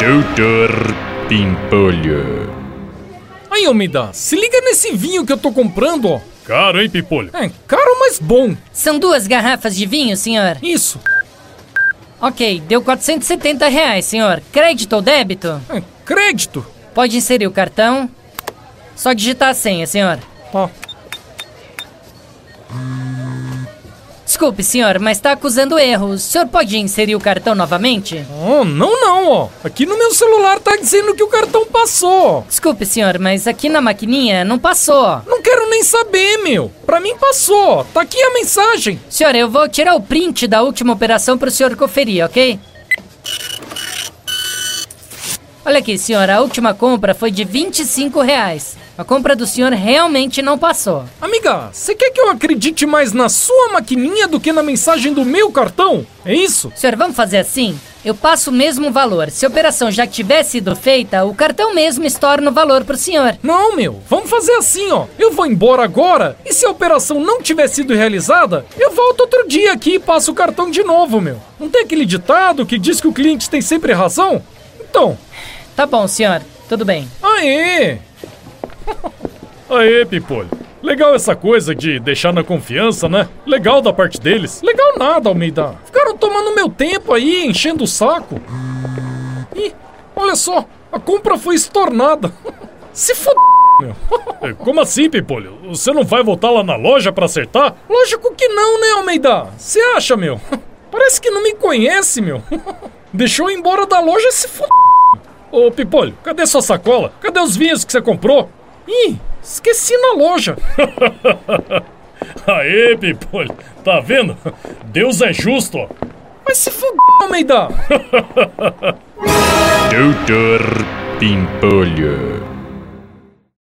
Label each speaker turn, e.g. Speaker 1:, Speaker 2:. Speaker 1: Doutor Pimpolho.
Speaker 2: Aí, Almeida, se liga nesse vinho que eu tô comprando, ó.
Speaker 3: Caro, hein, Pipolho?
Speaker 2: É caro, mas bom.
Speaker 4: São duas garrafas de vinho, senhor?
Speaker 2: Isso.
Speaker 4: Ok, deu 470 reais, senhor. Crédito ou débito?
Speaker 2: É crédito.
Speaker 4: Pode inserir o cartão. Só digitar a senha, senhor.
Speaker 2: Ó,
Speaker 4: Desculpe, senhor, mas tá acusando erro. O senhor pode inserir o cartão novamente?
Speaker 2: oh, não, não, ó. Aqui no meu celular tá dizendo que o cartão passou. ó.
Speaker 4: Desculpe, senhor, mas aqui na maquininha não passou.
Speaker 2: Não quero nem saber, meu. Pra mim passou. ó. Tá aqui a mensagem.
Speaker 4: Senhor, eu vou tirar o print da última operação pro senhor conferir, ok? Olha aqui, senhor, a última compra foi de 25 reais. A compra do senhor realmente não passou.
Speaker 2: Amiga, você quer que eu acredite mais na sua maquininha do que na mensagem do meu cartão? É isso?
Speaker 4: Senhor, vamos fazer assim? Eu passo o mesmo valor. Se a operação já tiver sido feita, o cartão mesmo estorna o valor pro senhor.
Speaker 2: Não, meu. Vamos fazer assim, ó. Eu vou embora agora e se a operação não tiver sido realizada, eu volto outro dia aqui e passo o cartão de novo, meu. Não tem aquele ditado que diz que o cliente tem sempre razão? Então,
Speaker 4: Tá bom, senhor. Tudo bem.
Speaker 2: aê!
Speaker 3: Aê, Pipolho. Legal essa coisa de deixar na confiança, né? Legal da parte deles.
Speaker 2: Legal nada, Almeida. Ficaram tomando meu tempo aí, enchendo o saco. Ih, olha só. A compra foi estornada. Se foda, meu.
Speaker 3: É, Como assim, Pipolho? Você não vai voltar lá na loja pra acertar?
Speaker 2: Lógico que não, né, Almeida? Você acha, meu? Parece que não me conhece, meu. Deixou eu ir embora da loja se f...
Speaker 3: Ô, Pipolho, cadê sua sacola? Cadê os vinhos que você comprou?
Speaker 2: Ih, esqueci na loja.
Speaker 3: Aê, Pipolho. Tá vendo? Deus é justo, ó.
Speaker 2: Vai se f... Almeida.
Speaker 1: Doutor Pimpolho.